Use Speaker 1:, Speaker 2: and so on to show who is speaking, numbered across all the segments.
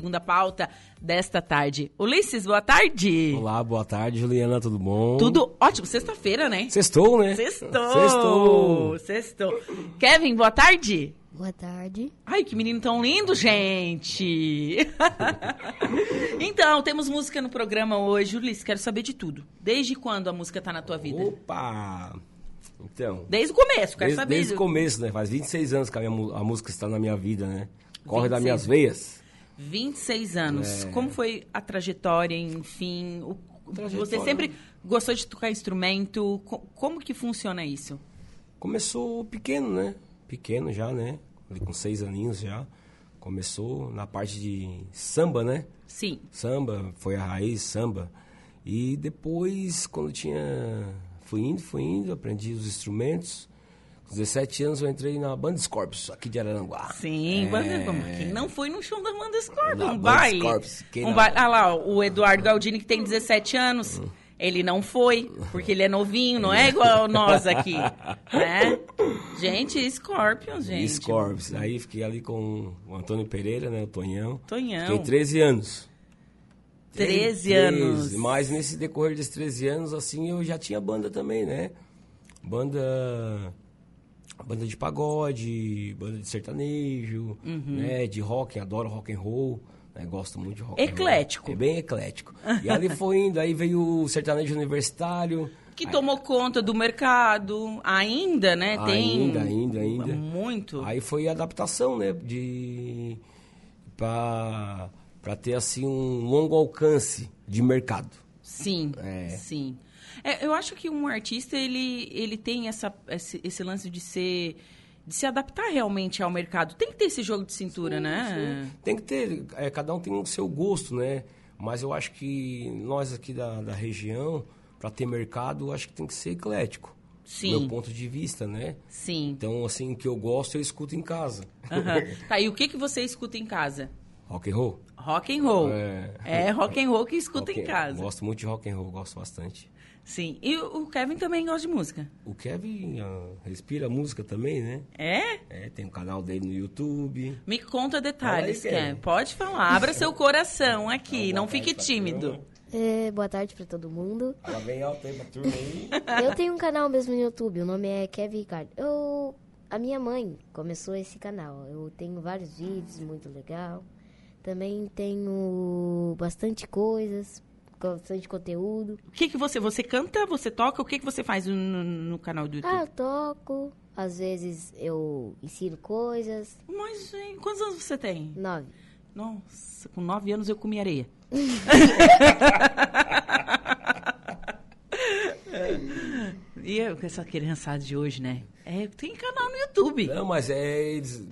Speaker 1: segunda pauta desta tarde. Ulisses, boa tarde.
Speaker 2: Olá, boa tarde, Juliana, tudo bom?
Speaker 1: Tudo ótimo, sexta-feira, né?
Speaker 2: Sextou, né?
Speaker 1: Sextou.
Speaker 2: Sextou.
Speaker 1: Sextou. Kevin, boa tarde.
Speaker 3: Boa tarde.
Speaker 1: Ai, que menino tão lindo, gente! então, temos música no programa hoje. Ulisses, quero saber de tudo. Desde quando a música tá na tua vida?
Speaker 2: Opa! Então,
Speaker 1: Desde o começo, quero
Speaker 2: desde,
Speaker 1: saber.
Speaker 2: desde o começo, né? Faz 26 anos que a, minha mu- a música está na minha vida, né? Corre das minhas veias.
Speaker 1: 26 anos.
Speaker 2: É.
Speaker 1: Como foi a trajetória, enfim? o-
Speaker 2: Trajetória.
Speaker 1: Você sempre gostou de tocar instrumento? Co- Como que funciona isso?
Speaker 2: Começou pequeno, né? Pequeno já, né? Ali com seis aninhos já. Começou na parte de samba, né?
Speaker 1: Sim.
Speaker 2: Samba, foi a raiz, samba. E depois, quando eu tinha... Fui indo, fui indo, aprendi os instrumentos. Com 17 anos eu entrei na Banda Scorpius, aqui de Araranguá. É,
Speaker 1: Sim, mas como- quem não foi no show da Amanda Scorpion?
Speaker 2: Da
Speaker 1: Um
Speaker 2: Amanda
Speaker 1: baile.
Speaker 2: Scorpion, quem
Speaker 1: um
Speaker 2: não?
Speaker 1: baile. Ah lá, ó, o Eduardo Galdini, que tem 17 anos, ele não foi, porque ele é novinho, não é igual nós aqui, né? Gente, Scorpion, gente.
Speaker 2: Scorpius. Aí fiquei ali com o Antônio Pereira, né? O Tonhão.
Speaker 1: Tonhão,
Speaker 2: Fiquei 13 anos.
Speaker 1: 13 anos.
Speaker 2: Mas nesse decorrer desses 13 anos, assim, eu já tinha banda também, né? Banda. Banda de pagode, banda de sertanejo,
Speaker 1: Uhum.
Speaker 2: né? De rock, adoro rock and roll. né, Gosto muito de rock. and roll.
Speaker 1: Eclético.
Speaker 2: É bem eclético. E ali foi indo, aí veio o sertanejo universitário.
Speaker 1: Que tomou conta do mercado, ainda, né? Tem
Speaker 2: Ainda, ainda, ainda.
Speaker 1: Muito.
Speaker 2: Aí foi a adaptação, né? De pra pra ter assim um longo alcance de mercado.
Speaker 1: Sim,
Speaker 2: É.
Speaker 1: sim. É, eu acho que um artista, ele, ele tem essa, esse, esse lance de ser... De se adaptar realmente ao mercado. Tem que ter esse jogo de cintura, né?
Speaker 2: Tem que ter, é, cada um tem o seu gosto, né? Mas eu acho que nós aqui da, da região, para ter mercado, eu acho que tem que ser eclético. do
Speaker 1: Sim.
Speaker 2: Meu ponto de vista, né?
Speaker 1: Sim.
Speaker 2: Então, assim, o que eu gosto, eu escuto em casa.
Speaker 1: Aham. tá, e o que, que você escuta em casa?
Speaker 2: rock and roll.
Speaker 1: Rock and roll.
Speaker 2: É.
Speaker 1: É, rock and roll que escuta
Speaker 2: Rock
Speaker 1: em
Speaker 2: and-
Speaker 1: casa.
Speaker 2: Gosto muito de rock and roll, gosto bastante.
Speaker 1: Sim. E o o Kevin também gosta de música.
Speaker 2: O Kevin ah, respira música também, né?
Speaker 1: É?
Speaker 2: É, tem o canal dele no YouTube.
Speaker 1: Me conta detalhes,
Speaker 2: Fala aí,
Speaker 1: Kevin.
Speaker 2: Kevin.
Speaker 1: Pode falar. Abra seu coração aqui. Não fique tímido.
Speaker 3: É, boa tarde pra todo mundo.
Speaker 2: Ela vem alto aí pra turma aí.
Speaker 3: Eu tenho um canal mesmo no YouTube, o nome é Kevin Ricardo. Eu, a minha mãe começou esse canal. Eu tenho vários vídeos, muito legal. Também tenho bastante coisas, bastante conteúdo.
Speaker 1: O que, que você. Você canta, você toca? O que, que você faz no, no canal do YouTube?
Speaker 3: Ah, eu toco, às vezes eu ensino coisas.
Speaker 1: Mas, gente, quantos anos você tem?
Speaker 3: Nove.
Speaker 1: Nossa, com nove anos eu comi areia. e eu com essa criançada de hoje, né? É, tem canal no YouTube.
Speaker 2: Não, mas é. Eles,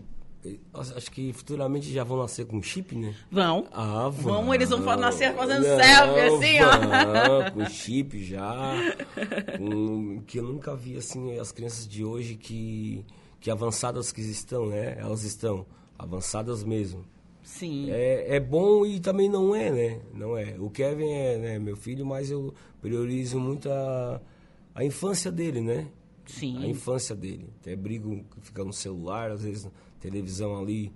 Speaker 2: eles- acho que futuramente já vão nascer com chip, né?
Speaker 1: Vão.
Speaker 2: Ah,
Speaker 1: Vão, eles vão fa- nascer fazendo selfie, assim, ó.
Speaker 2: ó. Com chip já. com- que eu nunca vi, assim, as crianças de hoje que, que avançadas que estão, né? Elas estão avançadas mesmo.
Speaker 1: Sim.
Speaker 2: É, é bom e também não é, né? Não é. O Kevin é né, meu filho, mas eu priorizo muito a, a infância dele, né?
Speaker 1: Sim.
Speaker 2: A infância dele. Até brigo, fica no celular, às vezes na televisão ali,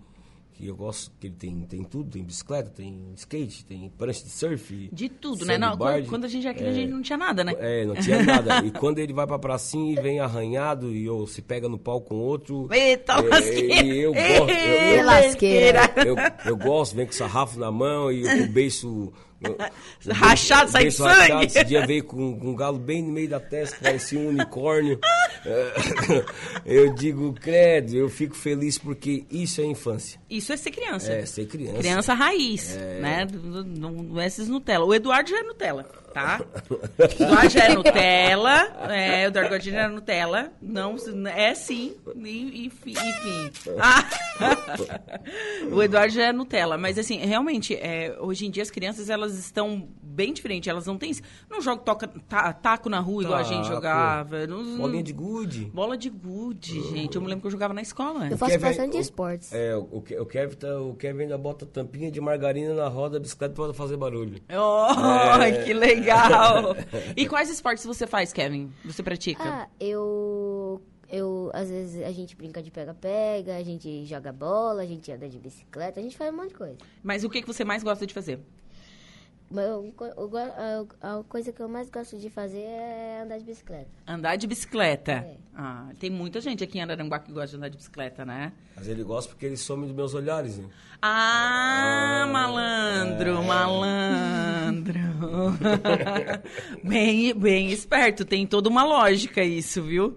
Speaker 2: que eu gosto, que ele tem, tem tudo, tem bicicleta, tem skate, tem prancha de surf.
Speaker 1: De tudo, né? Não,
Speaker 2: sandboard.
Speaker 1: quando, quando a gente era criança,
Speaker 2: É.
Speaker 1: a gente não tinha nada, né?
Speaker 2: É, não tinha nada. E quando ele vai pra pracinha e vem arranhado, e ou se pega no pau com outro.
Speaker 1: Eita, assim,
Speaker 2: é,
Speaker 1: tá lasqueira.
Speaker 2: e eu gosto. eu- eu-
Speaker 3: lasqueira.
Speaker 2: eu, eu gosto, vem com sarrafo na mão e com o beiço. o
Speaker 1: Rachado,
Speaker 2: beiço-
Speaker 1: sai
Speaker 2: beiço
Speaker 1: sangue.
Speaker 2: rachado. Esse dia veio com, com um galo bem no meio da testa, parecia um unicórnio. É, eu digo, credo, eu fico feliz porque isso é infância.
Speaker 1: Isso é ser criança.
Speaker 2: É, ser criança.
Speaker 1: Criança raiz, né? Não- Não não é esses Nutella. O Eduardo já é Nutella, tá? O Eduardo já é Nutella. É, o Eduardo Godinho era Nutella. Não, é sim. e- Enfim. enfim. Ah. o Eduardo já é Nutella. Mas, assim, realmente, é, hoje em dia as crianças, elas estão bem diferentes. Elas não têm... esse- Não jogam toca, ta- taco na rua igual a gente
Speaker 2: Taco.
Speaker 1: jogava. Não- não-
Speaker 2: Ah, Bolinha de Uhum. gude.
Speaker 1: Bola de gude, gente. Eu me lembro que eu jogava na escola.
Speaker 3: Eu faço
Speaker 2: Kevin-
Speaker 3: bastante
Speaker 2: o-
Speaker 3: esportes.
Speaker 2: É, o, Ke- o, Kevin tá- o Kevin ainda bota tampinha de margarina na roda da bicicleta pra fazer barulho.
Speaker 1: Oh, que legal! E quais esportes você faz, Kevin? Você pratica?
Speaker 3: Ah, eu Eu, às vezes, a gente brinca de pega-pega, a gente joga bola, a gente anda de bicicleta, a gente faz um monte de coisa.
Speaker 1: Mas o que, que você mais gosta de fazer?
Speaker 3: Mas eu, eu go- a, a coisa que eu mais gosto de fazer é andar de bicicleta.
Speaker 1: Andar de bicicleta.
Speaker 3: É.
Speaker 1: Ah, tem muita gente aqui em Araranguá que gosta de andar de bicicleta, né?
Speaker 2: Mas ele gosta porque ele some dos meus olhares, né?
Speaker 1: Ah, É. malandro, malandro. bem, bem esperto, tem toda uma lógica isso, viu?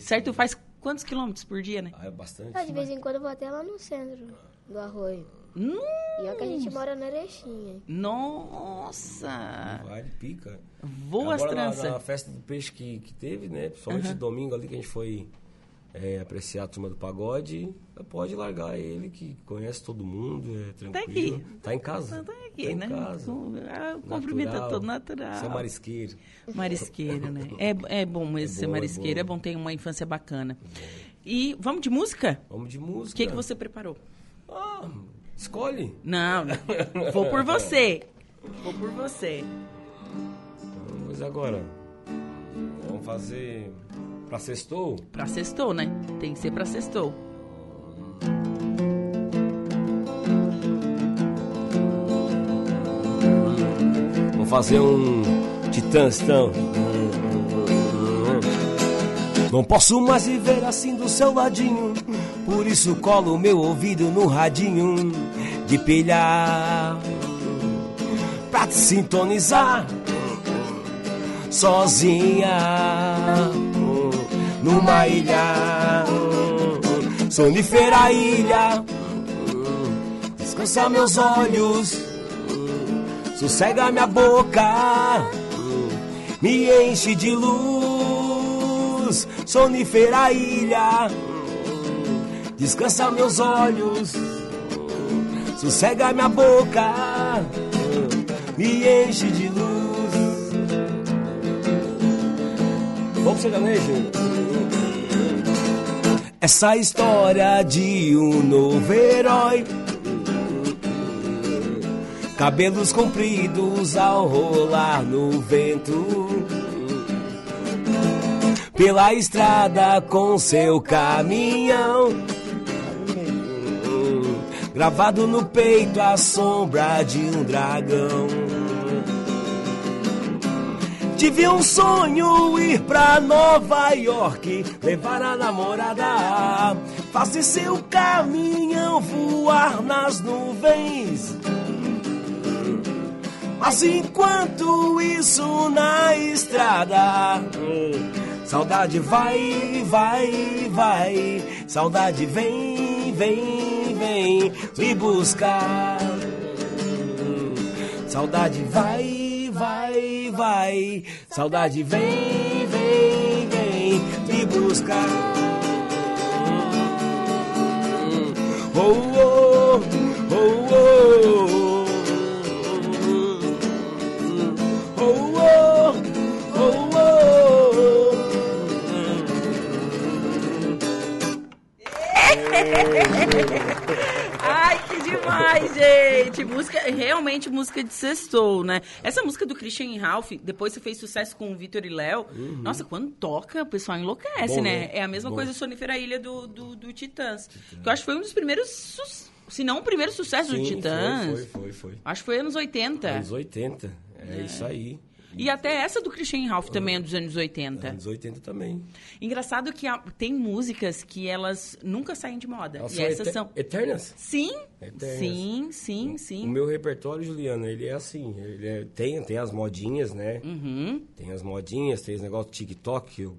Speaker 1: Certo, faz quantos quilômetros por dia, né?
Speaker 2: Ah, é bastante.
Speaker 3: Ah, de vez em quando eu vou até lá no centro do arroio.
Speaker 1: Hum,
Speaker 3: E olha que a gente mora na Arechinha.
Speaker 1: nossa!
Speaker 2: Vai, ele pica.
Speaker 1: Ah. Voa as
Speaker 2: Agora, na- Na,
Speaker 1: tranças.
Speaker 2: festa do peixe que, que teve, né? Principalmente
Speaker 1: Aham.
Speaker 2: domingo ali que a gente foi é, apreciar a turma do pagode. Pode largar ele que conhece todo mundo, é tranquilo.
Speaker 1: aqui.
Speaker 2: Tá em casa.
Speaker 1: Tá aqui,
Speaker 2: Tá em
Speaker 1: né?
Speaker 2: casa.
Speaker 1: Ah, O cumprimento é todo natural.
Speaker 2: Você é marisqueiro.
Speaker 1: Marisqueira, né? É, é bom mesmo
Speaker 2: É
Speaker 1: ser
Speaker 2: bom, é
Speaker 1: marisqueira, é bom.
Speaker 2: bom.
Speaker 1: ter uma infância bacana. E vamos de música?
Speaker 2: Vamos de
Speaker 1: O
Speaker 2: música.
Speaker 1: que, que você preparou?
Speaker 2: Ah, escolhe.
Speaker 1: Não, não. vou por você. Vou por você.
Speaker 2: Mas agora, vamos fazer pra sextou?
Speaker 1: Pra sextou, né? Tem que ser pra sextou.
Speaker 2: Vamos fazer um titãs então. tão. Não posso mais viver assim do seu ladinho, por isso colo meu ouvido no radinho de pilha pra te sintonizar sozinha numa ilha sonífera ilha. Descansa meus olhos sossega minha boca, me enche de luz, sonífera ilha, descansa meus olhos, sossega minha boca, me enche de luz. Vamos sertanejo? Essa história de um novo herói cabelos compridos ao rolar no vento. Pela estrada com seu caminhão, gravado no peito a sombra de um dragão. Tive um sonho ir pra Nova York, levar a namorada, fazer seu caminhão voar nas nuvens. Mas enquanto isso na estrada, saudade vai, vai, vai, saudade vem, vem, vem me buscar. Saudade vai, vai, vai, saudade vem, vem, vem me buscar. Oh, oh, oh, oh. Oh, oh, oh,
Speaker 1: Ai, que demais, gente! Música, realmente música de sextou, né? Essa música do Christian e Ralph, depois você fez sucesso com o Vitor e Léo. Nossa, quando toca, o pessoal enlouquece,
Speaker 2: Uhum. Bom,
Speaker 1: né?
Speaker 2: né?
Speaker 1: É a mesma
Speaker 2: Bom.
Speaker 1: coisa Sonífera Ilha do, do, do Titãs. Que eu acho que foi um dos primeiros, su- se não o primeiro sucesso do Titãs.
Speaker 2: Foi, foi, foi.
Speaker 1: Acho que foi anos 80.
Speaker 2: Anos 80, é, isso aí.
Speaker 1: E até essa do Christian e Ralph também é dos anos 80.
Speaker 2: Anos 80 também.
Speaker 1: Engraçado que a- tem músicas que elas nunca saem de moda.
Speaker 2: Elas
Speaker 1: e essas
Speaker 2: ete-
Speaker 1: são.
Speaker 2: Eternas?
Speaker 1: Sim,
Speaker 2: Eternas. Hum.
Speaker 1: sim, sim, sim.
Speaker 2: O meu repertório, Juliana, ele é assim, ele é- tem, tem as modinhas, né?
Speaker 1: Uhum.
Speaker 2: Tem as modinhas, tem os negócios do TikTok, eu-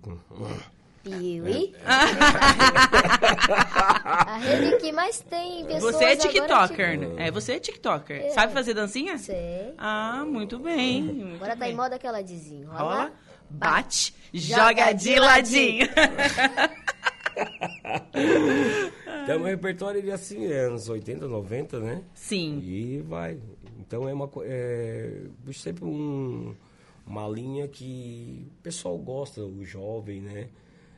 Speaker 3: Piuí. a rede que mais tem pessoas
Speaker 1: Você é
Speaker 3: agora
Speaker 1: TikToker, né? É, você é TikToker.
Speaker 3: É.
Speaker 1: Sabe fazer dancinha?
Speaker 3: Sei.
Speaker 1: Ah, muito bem. muito
Speaker 3: Agora tá
Speaker 1: bem.
Speaker 3: em moda aquela desenrola.
Speaker 1: Rola, bate,
Speaker 3: joga
Speaker 1: joga de
Speaker 3: de
Speaker 1: ladinho.
Speaker 2: Então, meu repertório, ele é assim, é anos 80, 90, né?
Speaker 1: Sim.
Speaker 2: E vai. Então é uma co- é, sempre um- uma linha que o pessoal gosta, o jovem, né?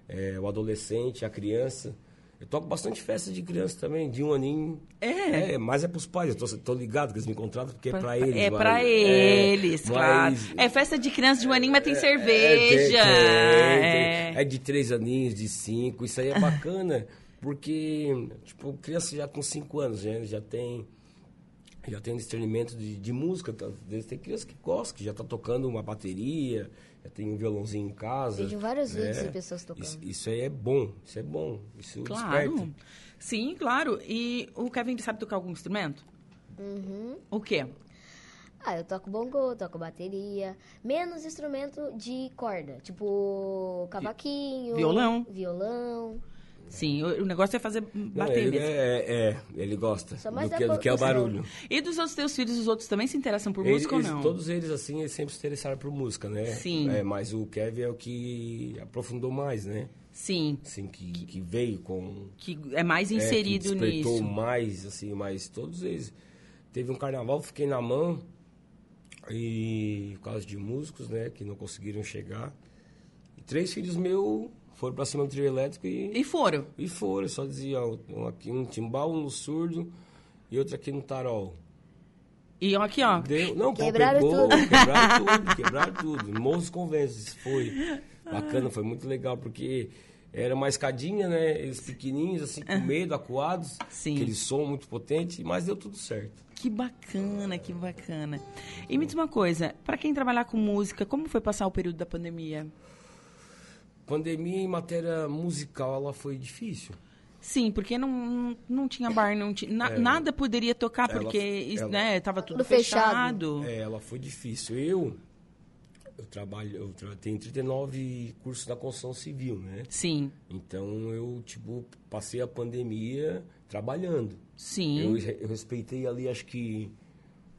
Speaker 2: É, o adolescente, a criança. Eu toco bastante festa de criança também, de um aninho.
Speaker 1: É.
Speaker 2: mas é pros pais, eu tô, tô ligado que eles me contratam porque é pra
Speaker 1: É
Speaker 2: eles. mas-
Speaker 1: pra
Speaker 2: é,
Speaker 1: eles, claro.
Speaker 2: mas-
Speaker 1: É festa de criança de um aninho, mas tem
Speaker 2: É, tem-
Speaker 1: cerveja.
Speaker 2: tem-
Speaker 1: É.
Speaker 2: tem. É de três aninhos, de cinco. Isso aí é bacana, porque, tipo, criança já com cinco anos, né, já tem. Já tem um discernimento de, de música. tá? Às vezes Tem criança que gosta, que já tá tocando uma bateria, já tem um violãozinho em casa.
Speaker 3: Vejo vários
Speaker 2: né?
Speaker 3: vídeos de pessoas tocando.
Speaker 2: Isso, isso aí é bom, isso é bom. Isso
Speaker 1: Claro.
Speaker 2: desperta.
Speaker 1: Sim, claro. E o Kevin sabe tocar algum instrumento?
Speaker 3: Uhum.
Speaker 1: O quê?
Speaker 3: Ah, eu toco bongo, toco bateria, menos instrumento de corda, tipo cavaquinho,
Speaker 1: Violão.
Speaker 3: violão.
Speaker 1: Sim, o, o negócio é fazer
Speaker 2: Não,
Speaker 1: bater
Speaker 2: ele,
Speaker 1: mesmo.
Speaker 2: é, é, ele gosta
Speaker 3: Só mais
Speaker 2: do
Speaker 3: da
Speaker 2: que, do que é o
Speaker 3: percussão.
Speaker 2: barulho.
Speaker 1: E dos outros teus filhos, os outros também se interessam por
Speaker 2: Eles-
Speaker 1: música ou
Speaker 2: eles-
Speaker 1: não?
Speaker 2: Todos eles, assim, eles sempre se interessaram por música, né?
Speaker 1: Sim.
Speaker 2: É, mas o Kevin é o que aprofundou mais, né?
Speaker 1: Sim,
Speaker 2: Assim, que, que veio com...
Speaker 1: que é mais
Speaker 2: é, que
Speaker 1: inserido
Speaker 2: despertou
Speaker 1: nisso.
Speaker 2: mais, assim, mas todos eles. Teve um carnaval, fiquei na mão, e por causa de músicos, né, que não conseguiram chegar. E três filhos meus foram pra cima do trio elétrico
Speaker 1: E foram.
Speaker 2: e foram, só dizia, ó, um aqui no timbal, um no surdo e outro aqui no tarol.
Speaker 1: E ó, aqui, ó.
Speaker 2: Deu, não, pô,
Speaker 3: Quebraram
Speaker 2: pegou,
Speaker 3: tudo.
Speaker 2: quebraram tudo, quebraram tudo. Morros convences, foi bacana, foi muito legal, porque era uma escadinha, né? Eles pequenininhos, assim,
Speaker 3: É.
Speaker 2: com medo, acuados,
Speaker 1: Sim.
Speaker 2: aquele som muito potente, mas deu tudo certo.
Speaker 1: Que bacana, que bacana. E me diz uma coisa, pra quem trabalhar com música, como foi passar o período da pandemia?
Speaker 2: Pandemia em matéria musical, ela foi difícil.
Speaker 1: Sim, porque não- não, não tinha bar, não tinha, na- nada poderia tocar
Speaker 2: É. Ela-
Speaker 1: porque isso,
Speaker 2: ela-
Speaker 1: né, tava tudo
Speaker 3: Tudo fechado.
Speaker 1: fechado.
Speaker 2: É, ela foi difícil. Eu, eu trabalho, eu tra- tenho 39 cursos na construção civil, né?
Speaker 1: Sim,
Speaker 2: Então eu, tipo, passei a pandemia trabalhando.
Speaker 1: sim.
Speaker 2: Eu, re- eu respeitei ali, acho que.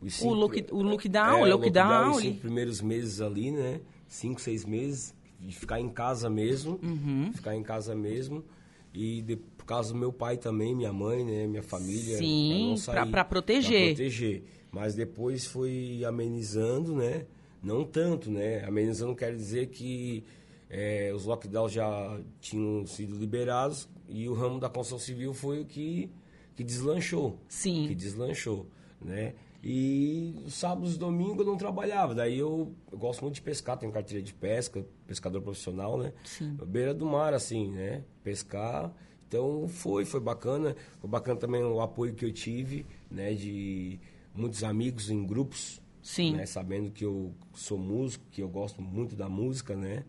Speaker 2: Os é,
Speaker 1: O look- o lockdown, o lockdown,
Speaker 2: Os
Speaker 1: ele-
Speaker 2: cinco primeiros meses ali, né? Cinco, seis meses. De ficar em casa mesmo.
Speaker 1: Uhum.
Speaker 2: Ficar em casa mesmo. E de- por causa do meu pai também, minha mãe, né? Minha família.
Speaker 1: Sim,
Speaker 2: pra não
Speaker 1: pra-
Speaker 2: sair,
Speaker 1: pra proteger.
Speaker 2: Pra proteger. Mas depois foi amenizando, né? Não tanto, né? Amenizando quer dizer que eh, os lockdowns já tinham sido liberados e o ramo da construção civil foi o que, que deslanchou
Speaker 1: Sim.
Speaker 2: que deslanchou, né? E os sábados e domingos eu não trabalhava. Daí eu, eu gosto muito de pescar, tenho carteira de pesca, pescador profissional, né?
Speaker 1: Sim.
Speaker 2: Beira do mar, assim, né? Pescar. Então foi, foi bacana. Foi bacana também o apoio que eu tive, né? De muitos amigos em grupos.
Speaker 1: Sim.
Speaker 2: né? Sabendo que eu sou músico, que eu gosto muito da música, né?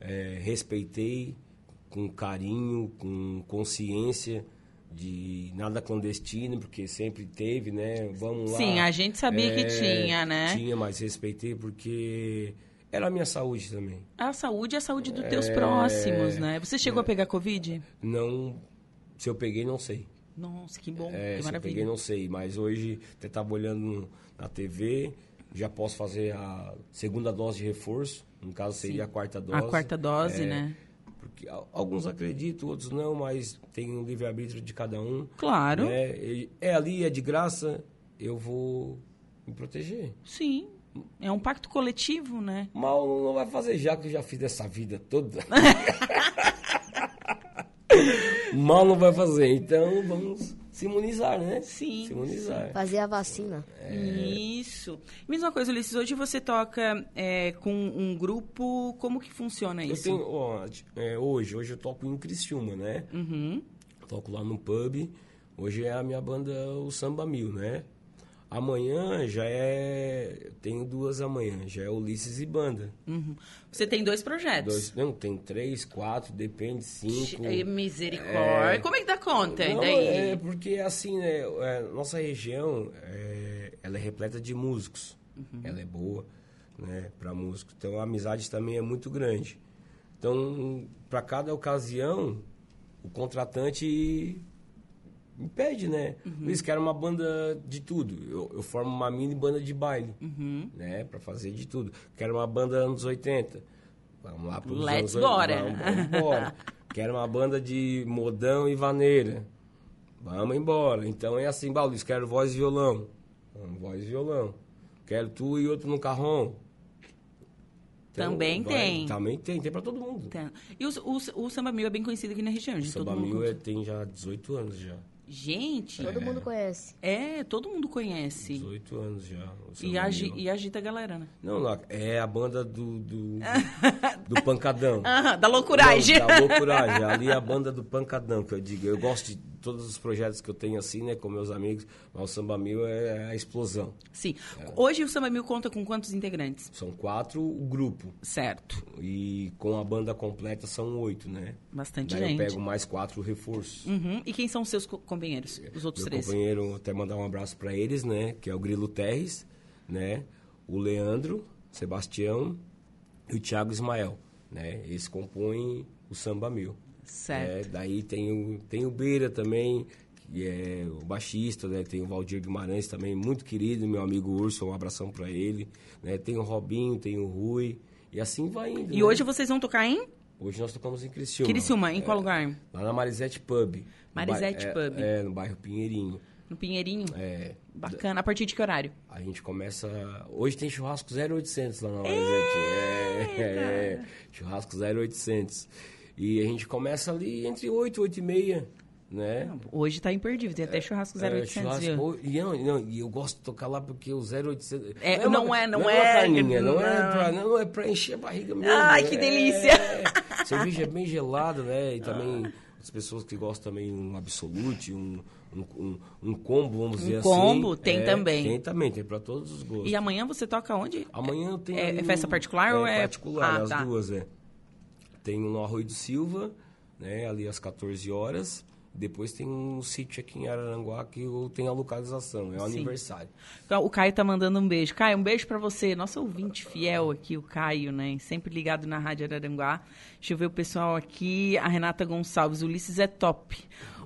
Speaker 2: É, respeitei com carinho, com consciência de nada clandestino, porque sempre teve, né? Vamos lá. É,
Speaker 1: Sim, a gente sabia que tinha, né?
Speaker 2: Tinha, mas respeitei porque era a minha saúde também.
Speaker 1: A saúde é a saúde dos teus
Speaker 2: É.
Speaker 1: próximos, né? Você chegou a pegar Covid?
Speaker 2: Não, se eu peguei, não sei.
Speaker 1: Nossa, que bom,
Speaker 2: É,
Speaker 1: que
Speaker 2: se eu peguei,
Speaker 1: maravilha.
Speaker 2: não sei. Mas hoje, até estava olhando na TV, já posso fazer a segunda dose de reforço. No caso, seria a quarta dose.
Speaker 1: a quarta dose,
Speaker 2: É,
Speaker 1: né?
Speaker 2: Porque al- alguns acreditam, outros não, mas tem um livre-arbítrio de cada um.
Speaker 1: Claro,
Speaker 2: né? E- É ali, é de graça, eu vou me proteger.
Speaker 1: sim. É um pacto coletivo, né?
Speaker 2: Mal não vai fazer já que eu já fiz dessa vida toda. Mal não vai fazer, então vamos se imunizar, né?
Speaker 1: Sim,
Speaker 2: Se imunizar.
Speaker 3: Fazer a vacina.
Speaker 2: É.
Speaker 1: Isso. Mesma coisa, Ulisses, hoje você toca é, com um grupo, como que funciona
Speaker 2: Eu
Speaker 1: isso?
Speaker 2: tenho, ó, t- é, hoje, hoje eu toco em Criciúma, né?
Speaker 1: Uhum.
Speaker 2: Toco lá no pub. Hoje é a minha banda, o Samba Mil, né? Amanhã já é. eu Tenho duas amanhã, já é Ulisses e Banda.
Speaker 1: uhum. Você tem dois projetos.
Speaker 2: Dois, não, tem três, quatro, depende, cinco.
Speaker 1: É, Misericórdia. Como é que dá conta? E
Speaker 2: Não,
Speaker 1: daí?
Speaker 2: É porque assim, né? é, nossa região é, ela é repleta de músicos.
Speaker 1: Uhum.
Speaker 2: Ela é boa, né? Para músicos. Então a amizade também é muito grande. Então, para cada ocasião, o contratante me pede, né?
Speaker 1: Uhum.
Speaker 2: Luiz, quero uma banda de tudo. Eu, eu formo uma mini banda de baile,
Speaker 1: Uhum.
Speaker 2: né? Para fazer de tudo. Quero uma banda anos 80. Vamos lá para os
Speaker 1: Let's
Speaker 2: anos 80.
Speaker 1: bora.
Speaker 2: Vamos, vamos embora. Quero uma banda de modão e vaneira. Vamos embora. Então é assim, bah, Luiz, quero voz e Hum, violão. Vamos, voz e violão. Quero tu e outro no carrão.
Speaker 1: Também
Speaker 2: Então, vai-
Speaker 1: tem.
Speaker 2: Também tem, tem pra todo mundo.
Speaker 1: Tá. E o, o, o Samba Mil é bem conhecido aqui na região,
Speaker 2: O
Speaker 1: gente.
Speaker 2: Samba
Speaker 1: Todo mundo...
Speaker 2: Mil é-
Speaker 1: conhece.
Speaker 2: tem já 18 anos já.
Speaker 1: Gente,
Speaker 3: Todo mundo conhece.
Speaker 1: é, todo mundo conhece.
Speaker 2: 18 anos já. o Samba
Speaker 1: E, agi,
Speaker 2: Mil.
Speaker 1: e agita a galera, né?
Speaker 2: Não, não, é a banda do. Do, do Pancadão.
Speaker 1: Aham, Ah, da loucuragem.
Speaker 2: Não, da loucuragem. Ali é a banda do Pancadão, que eu digo. Eu gosto de todos os projetos que eu tenho assim, né, com meus amigos, mas o Samba Mil é a explosão.
Speaker 1: Sim.
Speaker 2: É.
Speaker 1: Hoje o Samba Mil conta com quantos integrantes?
Speaker 2: São quatro o grupo.
Speaker 1: Certo.
Speaker 2: E com a banda completa são oito, né?
Speaker 1: Bastante
Speaker 2: Daí
Speaker 1: gente.
Speaker 2: eu pego mais quatro reforços.
Speaker 1: Uhum. E quem são os seus co- companheiros? Os outros
Speaker 2: É, Meu
Speaker 1: três?
Speaker 2: companheiro, até mandar um abraço pra eles, né? Que é o Grilo Terres, né? O Leandro, Sebastião e o Thiago Ismael, né? Eles compõem o Samba Mil.
Speaker 1: Certo.
Speaker 2: né? Daí tem o, tem o Beira também, que é o baixista, né? Tem o Valdir Guimarães também, muito querido, meu amigo Urso, um abração pra ele. Né? Tem o Robinho, tem o Rui, e assim vai indo.
Speaker 1: E
Speaker 2: né?
Speaker 1: hoje vocês vão tocar em
Speaker 2: Hoje nós tocamos em Criciúma.
Speaker 1: Criciúma, em qual
Speaker 2: É.
Speaker 1: lugar?
Speaker 2: Lá na Marisete Pub. No
Speaker 1: Marisete
Speaker 2: bai- é-
Speaker 1: Pub.
Speaker 2: É, no bairro Pinheirinho.
Speaker 1: No Pinheirinho?
Speaker 2: É,
Speaker 1: Bacana. A partir de que horário?
Speaker 2: a gente começa. Hoje tem churrasco 0800 lá na Marisete. É, é, churrasco 0800. E a gente começa ali entre 8 e 8 e meia, né?
Speaker 1: Hoje tá imperdível. Tem até churrasco
Speaker 2: É,
Speaker 1: 0800, viu?
Speaker 2: churrasco- e não, e não, e eu gosto de tocar lá porque o 0800...
Speaker 1: É,
Speaker 2: uma-
Speaker 1: não é- não
Speaker 2: uma
Speaker 1: é-
Speaker 2: carninha, não, é
Speaker 1: não.
Speaker 2: pra, não é pra encher a barriga mesmo.
Speaker 1: Ai,
Speaker 2: né?
Speaker 1: que delícia.
Speaker 2: É, cerveja é bem gelada, né? E também as pessoas que gostam também um absolute, um, um, um- um combo, vamos dizer assim.
Speaker 1: combo, tem também.
Speaker 2: Tem também, tem pra todos os gostos.
Speaker 1: E amanhã você toca onde?
Speaker 2: Amanhã eu tenho.
Speaker 1: É- é
Speaker 2: ali
Speaker 1: festa
Speaker 2: um-
Speaker 1: particular ou é-
Speaker 2: particular?
Speaker 1: Ah,
Speaker 2: as
Speaker 1: tá.
Speaker 2: duas, é. Tem um no Arroio do Silva, né? Ali às 14 horas. Depois tem um sítio aqui em Araranguá que eu tenho a localização, é o
Speaker 1: Sim.
Speaker 2: aniversário.
Speaker 1: O Caio tá mandando um beijo. Caio, um beijo pra você. Nosso ouvinte fiel aqui, o Caio, né? Sempre ligado na Rádio Araranguá. Deixa eu ver o pessoal aqui. A Renata Gonçalves. Ulisses é top.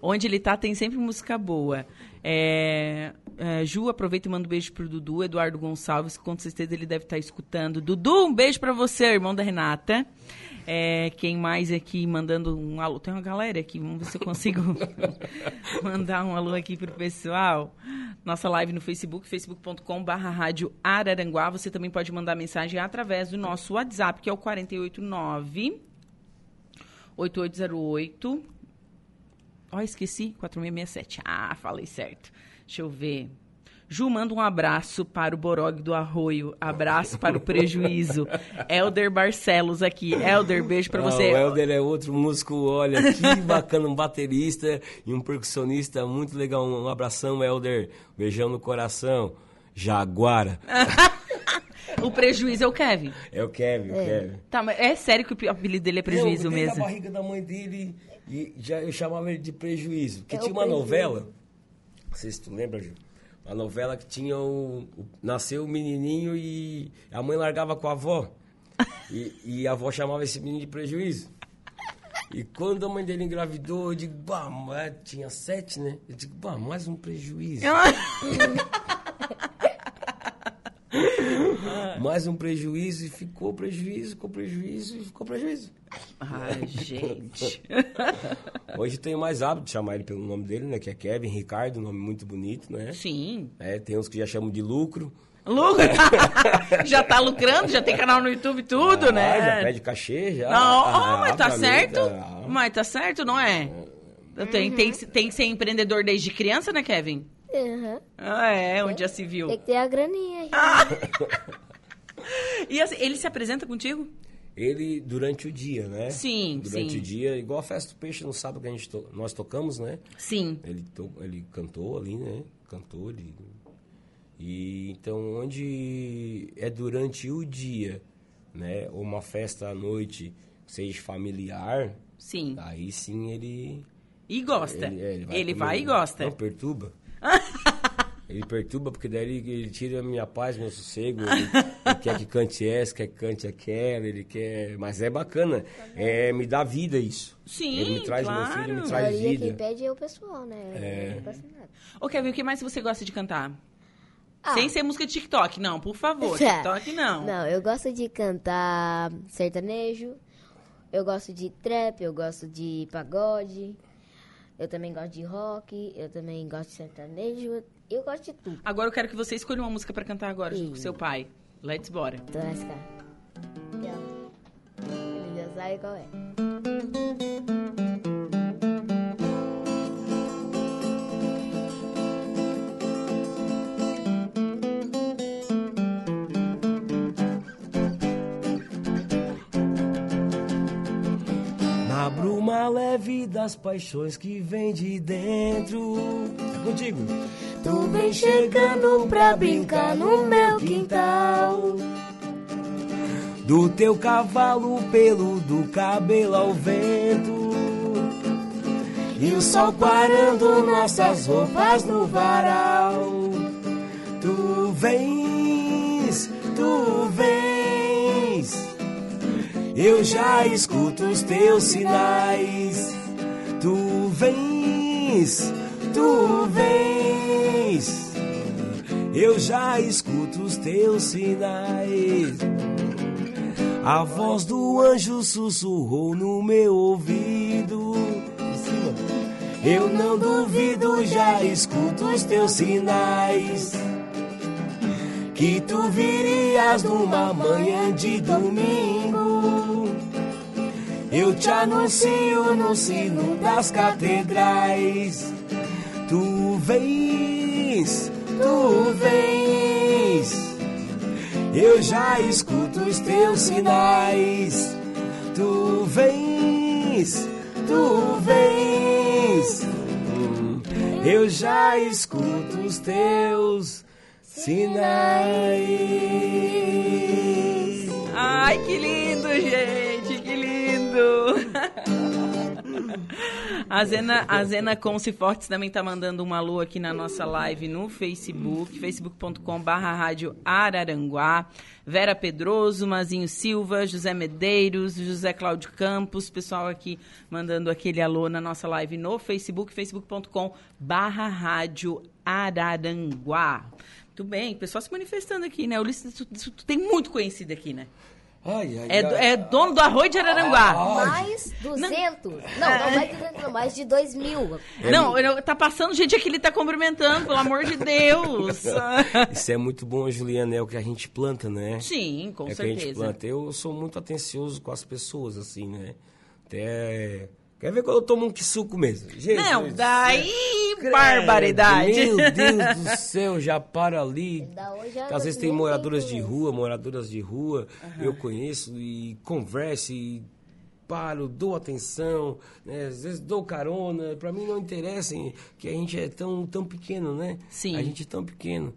Speaker 1: Onde ele tá, tem sempre música boa. É, é, Ju, aproveita e manda um beijo pro Dudu. Eduardo Gonçalves, com certeza ele deve estar escutando. Dudu, um beijo pra você, irmão da Renata. É, quem mais aqui mandando um alô? Tem uma galera aqui, vamos ver se eu consigo mandar um alô aqui pro pessoal. Nossa live no Facebook, facebook.com.br rádio Araranguá. Você também pode mandar mensagem através do nosso WhatsApp, que é o 489 8808 Ó, esqueci, 4667. Ah, falei certo. Deixa eu ver. Ju, manda um abraço para o Borog do Arroio. Abraço para o Prejuízo. Elder Barcelos aqui. Elder, beijo para
Speaker 2: Ah,
Speaker 1: você.
Speaker 2: O Helder é outro músico, olha, que bacana, um baterista e um percussionista muito legal. Um abração, Helder. Beijão no coração. Jaguara.
Speaker 1: O Prejuízo é o Kevin.
Speaker 2: É o Kevin, o Kevin.
Speaker 1: Tá, mas é sério que o apelido dele é Prejuízo
Speaker 2: eu grudei
Speaker 1: mesmo?
Speaker 2: na barriga da mãe dele e já, eu chamava ele de prejuízo. Porque
Speaker 3: É o
Speaker 2: tinha uma
Speaker 3: prejuízo.
Speaker 2: novela, não sei se tu lembra, Ju, uma novela que tinha o, o- Nasceu o menininho e a mãe largava com a avó. E, e a avó chamava esse menino de prejuízo. E quando a mãe dele engravidou, eu digo, bah, mas tinha sete, né? Eu digo, bah, mais um prejuízo. mais um prejuízo e ficou prejuízo, ficou prejuízo e ficou prejuízo.
Speaker 1: Ai, gente.
Speaker 2: É. Hoje tem mais hábito de chamar ele pelo nome dele, né? Que é Kevin, Ricardo, um nome muito bonito, né?
Speaker 1: Sim.
Speaker 2: É, tem uns que já chamam de lucro.
Speaker 1: Lucro. já tá lucrando, já tem canal no YouTube e tudo,
Speaker 2: Ah,
Speaker 1: né?
Speaker 2: Já pede cachê, já.
Speaker 1: Não,
Speaker 2: Ah,
Speaker 1: oh, mas tá
Speaker 2: pra mim,
Speaker 1: certo.
Speaker 2: tá.
Speaker 1: Mas tá certo, não é? Eu tenho- Tem, que- tem que ser empreendedor desde criança, né, Kevin?
Speaker 3: Aham.
Speaker 1: Ah, é, onde já se viu.
Speaker 3: Tem que ter a graninha aí.
Speaker 1: E assim, ele se apresenta contigo?
Speaker 2: Ele durante o dia, né?
Speaker 1: Sim,
Speaker 2: Durante
Speaker 1: sim.
Speaker 2: o dia, igual a festa do peixe no sábado que a gente to- nós tocamos, né?
Speaker 1: Sim.
Speaker 2: Ele, to- ele cantou ali, né? Cantou ele. E então onde é durante o dia, né? Ou uma festa à noite, seja familiar,
Speaker 1: Sim.
Speaker 2: aí sim ele
Speaker 1: E gosta.
Speaker 2: Tá. Ele, é, ele vai, comigo.
Speaker 1: e gosta.
Speaker 2: Não, perturba. ele perturba porque daí ele, ele tira a minha paz, meu sossego. Ele, ele quer que cante essa, quer que cante aquela, ele quer... Mas é bacana. É, me dá vida isso.
Speaker 1: Sim,
Speaker 2: Ele me traz meu filho,
Speaker 1: claro.
Speaker 2: me
Speaker 3: A
Speaker 2: traz
Speaker 3: maioria quem
Speaker 2: vida.
Speaker 3: pede é o pessoal, né? Eu Não passa nada.
Speaker 1: Ô, Kevin, o que mais você gosta de cantar?
Speaker 3: Ah.
Speaker 1: Sem ser música de TikTok, não, por favor.
Speaker 3: Tá.
Speaker 1: TikTok não.
Speaker 3: Não, eu gosto de cantar sertanejo, eu gosto de trap, eu gosto de pagode, eu também gosto de rock, eu também gosto de sertanejo, eu gosto de tudo.
Speaker 1: Agora eu quero que você escolha uma música pra cantar agora junto com
Speaker 3: Sim.
Speaker 1: seu pai. Let's bora.
Speaker 3: Então, essa cara. sabe qual é. né?
Speaker 2: Na bruma leve das paixões que vem de dentro. É contigo.
Speaker 3: Tu vem chegando pra brincar no meu quintal.
Speaker 2: Do teu cavalo peludo, cabelo ao vento. E o sol parando nossas roupas no varal. Tu vens, tu vens. Eu já escuto os teus sinais. Tu vens, tu vens. Eu já escuto os teus sinais. A voz do anjo sussurrou no meu ouvido. Em cima. Eu não duvido, já escuto os teus sinais. Que tu virias numa manhã de domingo. Eu te anuncio no sino das catedrais. Tu vens, tu vens. Eu já escuto os teus sinais. Tu vens, tu vens. Eu já escuto os teus sinais.
Speaker 1: Ai, que lindo, gente, que lindo. A Zena, a Zena Conce Fortes também tá mandando uma alô aqui na nossa live no Facebook, facebook.com barra rádio Araranguá. Vera Pedroso, Mazinho Silva, José Medeiros, José Cláudio Campos, pessoal aqui mandando aquele alô na nossa live no Facebook, facebook.com barra rádio Araranguá. Muito bem, pessoal se manifestando aqui, né? Ulisses, tu, tu, tu tem muito conhecido aqui, né?
Speaker 2: Ai, ai,
Speaker 1: É, do- é dono do arroz de
Speaker 2: Ah,
Speaker 1: Araranguá.
Speaker 3: Mais É. 200. Não, não mais de 200, não, mais de 2 mil.
Speaker 1: Não, eu- tá passando gente aqui, ele tá cumprimentando, pelo amor de Deus.
Speaker 2: Isso é muito bom, Juliana, é o que a gente planta, né?
Speaker 1: Sim, com
Speaker 2: é o que a gente
Speaker 1: certeza.
Speaker 2: planta. Eu sou muito atencioso com as pessoas, assim, né? Até... Quer ver quando eu tomo um que suco mesmo? Jesus, é
Speaker 1: Não, daí
Speaker 2: credo,
Speaker 1: barbaridade.
Speaker 2: Meu Deus do céu, já para ali.
Speaker 3: Da hoje a
Speaker 2: Às vezes tem
Speaker 3: nem
Speaker 2: moradoras de
Speaker 3: tem
Speaker 2: rua, moradoras de rua, eu conheço e converso e paro, dou atenção, né? às vezes dou carona, pra mim não interessa hein, que a gente é tão, tão pequeno, né?
Speaker 1: Sim.
Speaker 2: A gente é tão pequeno